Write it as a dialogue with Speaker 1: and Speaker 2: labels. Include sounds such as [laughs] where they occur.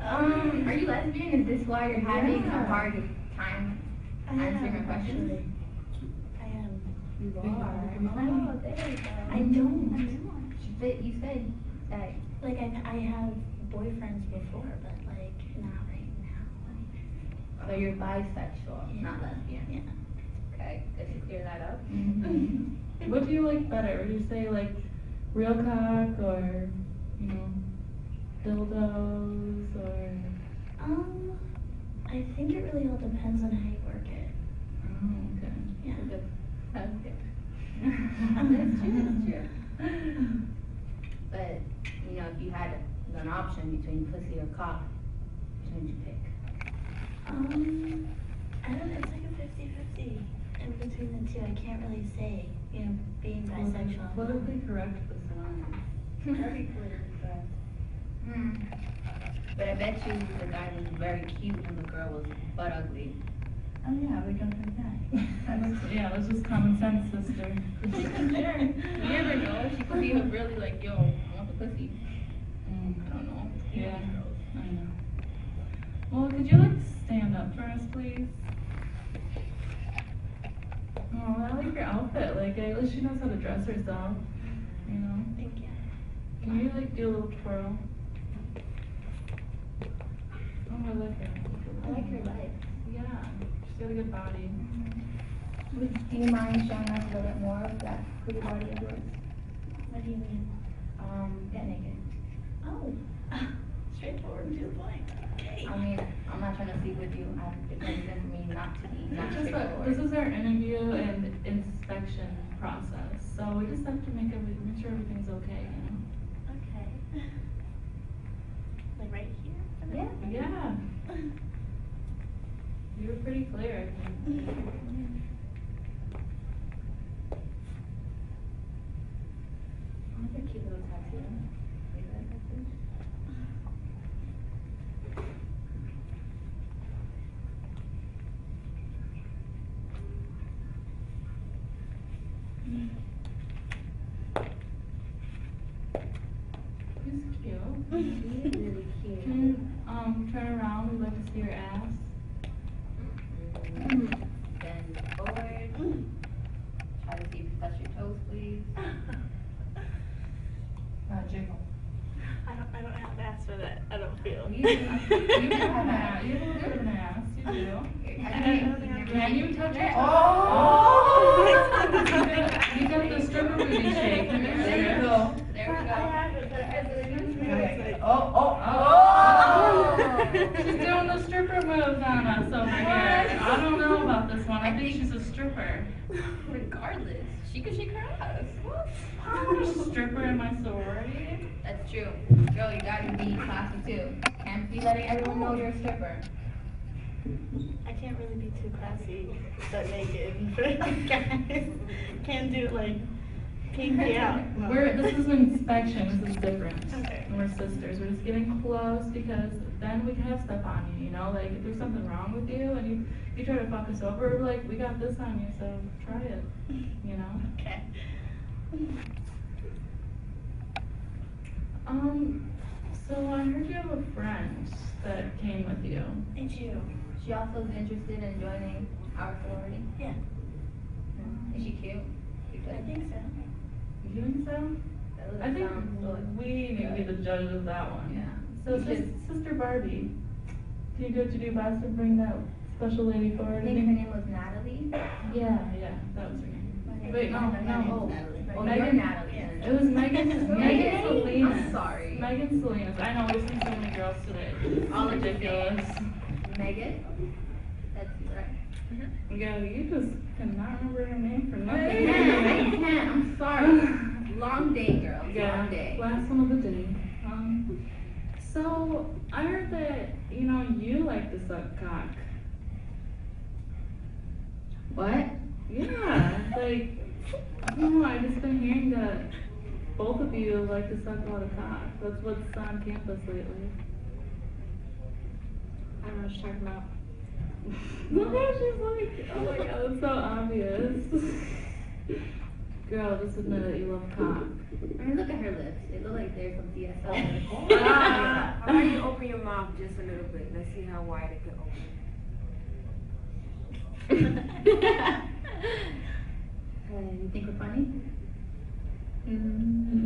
Speaker 1: Um,
Speaker 2: to be in a dishwasher having a
Speaker 1: Yeah.
Speaker 2: hard time answering a question.
Speaker 1: I am.
Speaker 2: You
Speaker 1: Oh, there you go.
Speaker 2: I know. But you said that
Speaker 1: Like I, I have boyfriends before, but like not right now.
Speaker 2: so you're bisexual, Oh, not lesbian.
Speaker 1: Yeah. Mm-hmm.
Speaker 2: Okay, good to clear that up.
Speaker 3: What do you like better? Would you say like real cock or you know dildos or?
Speaker 1: Um, I think it really all depends on how you work it.
Speaker 3: Oh,
Speaker 1: Yeah.
Speaker 2: Mm-hmm. That's good.
Speaker 3: [laughs]
Speaker 1: That's true,
Speaker 2: That's true. But you know, if you had an option between pussy or cock, which one would you pick?
Speaker 1: Um, I don't know. It's like a 50-50 in between the two. I can't really say. You know, being bisexual. [laughs]
Speaker 3: Politically correct this one.
Speaker 1: Very
Speaker 2: Hmm. But I bet you the guy was very cute and the girl was butt ugly.
Speaker 4: Oh yeah, we don't have that.
Speaker 1: [laughs]
Speaker 3: Yeah, that's just common sense, sister.
Speaker 2: [laughs]
Speaker 1: [laughs]
Speaker 2: You never know. She could be really like, yo, I want the pussy. I
Speaker 3: Mm,
Speaker 2: don't know.
Speaker 3: Yeah, I know. Well, could you like stand up for us, please? Oh, I like your outfit. Like, at least she knows how to dress herself. You know.
Speaker 1: Thank you.
Speaker 3: Can you like do a little twirl? Oh, I like her.
Speaker 1: I like your life.
Speaker 3: Yeah, she's got a good body.
Speaker 4: Would, do you mind showing us a little bit more of that pretty body of yours?
Speaker 1: What do you mean?
Speaker 4: Um, get naked.
Speaker 1: Oh, [laughs] straightforward to the point. Okay.
Speaker 2: I mean, I'm not trying to sleep with you. I, it doesn't mean not to be not
Speaker 3: It's just that
Speaker 2: straightforward.
Speaker 3: this is our interview and inspection process, so we just have to make every, make sure everything's okay, you
Speaker 1: Okay. [laughs] Like right here? for the
Speaker 2: Yeah.
Speaker 1: moment? [laughs]
Speaker 3: know? Yeah. You were pretty clear, I think.
Speaker 2: Oh, that's a cute little tattoo. You like that tattoo?
Speaker 3: He's cute.
Speaker 2: She
Speaker 3: Mm-hmm.
Speaker 2: is really cute.
Speaker 3: Can, you, um, turn around, we'd like to see your ass.
Speaker 2: Mm. Bend forward. Try to see if you touch your toes, please.
Speaker 4: Uh, jiggle.
Speaker 1: I don't, I don't have to ask for that. I don't feel.
Speaker 2: You- you do have that.
Speaker 3: Yeah, You have a little bit of an ass, you do.
Speaker 2: Can
Speaker 3: Can you touch it?
Speaker 4: Oh!
Speaker 3: You got the stripper booty shake.
Speaker 2: There you go. There we go.
Speaker 4: Okay. Oh, oh,
Speaker 3: She's doing the stripper moves on us over here. I don't know about this one. I think she's a stripper.
Speaker 2: Regardless, she could shake her ass. What?
Speaker 3: I'm a stripper in my sorority.
Speaker 2: That's true. Girl, you gotta be classy too. Can't be letting everyone know you're a stripper.
Speaker 1: I can't really be too classy, but naked [laughs] for the guys. Can't do like pinky
Speaker 2: [laughs]
Speaker 1: out.
Speaker 3: We're, this is an inspection. This is different.
Speaker 1: Okay.
Speaker 3: And we're sisters. We're just getting close because then we could have stuff on you, you know? Like, if there's something wrong with you and you, you try to fuck us over, we're like, we got this on you, so try it, you know?
Speaker 1: Okay.
Speaker 3: Um, so I heard you have a friend that came with you.
Speaker 1: And you?
Speaker 2: She also is interested in joining our sorority.
Speaker 1: Yeah.
Speaker 2: Is she cute?
Speaker 1: I
Speaker 2: Because
Speaker 1: think so.
Speaker 3: You think so?
Speaker 2: that was
Speaker 3: I think
Speaker 2: sound
Speaker 3: we need to be the judge of that one.
Speaker 2: Yeah.
Speaker 3: So
Speaker 2: You
Speaker 3: sis- Sister Barbie, do you go to do best and bring that special lady
Speaker 2: I
Speaker 3: forward?
Speaker 2: think her name was Natalie.
Speaker 3: Yeah, yeah, that was her name. Wait, no,
Speaker 2: Her
Speaker 3: no,
Speaker 2: name's
Speaker 3: oh.
Speaker 2: Natalie.
Speaker 3: oh,
Speaker 2: Oh,
Speaker 3: Megan-
Speaker 2: you're Natalie.
Speaker 3: It was Megan, Megan
Speaker 2: Megan?
Speaker 3: Salinas.
Speaker 2: I'm sorry.
Speaker 3: Megan Salinas. I know, we've seen so many girls today. It's
Speaker 2: All of the
Speaker 3: ridiculous.
Speaker 2: Megan? That's right.
Speaker 3: Girl, you just cannot remember her name for
Speaker 2: I
Speaker 4: [laughs]
Speaker 3: nothing. [laughs]
Speaker 2: can't, I can't, I'm sorry. Long day, girls, long day.
Speaker 3: Last one of the day. Um, so I heard that you know you like to suck cock.
Speaker 2: What?
Speaker 4: [laughs]
Speaker 3: Yeah, like I don't know. I've just been hearing that both of you like to suck a lot of cock. That's what's on campus lately.
Speaker 4: I don't know what you're talking
Speaker 3: [laughs]
Speaker 4: about.
Speaker 3: Look how she's like, oh my god, that's so obvious. [laughs] girl, this is not at 11 o'clock.
Speaker 2: I mean, look at her lips. They look like they're from DSL.
Speaker 1: Ah, How about you open your mouth just a little bit? Let's see how wide it can open. [laughs]
Speaker 2: Uh, you think we're funny?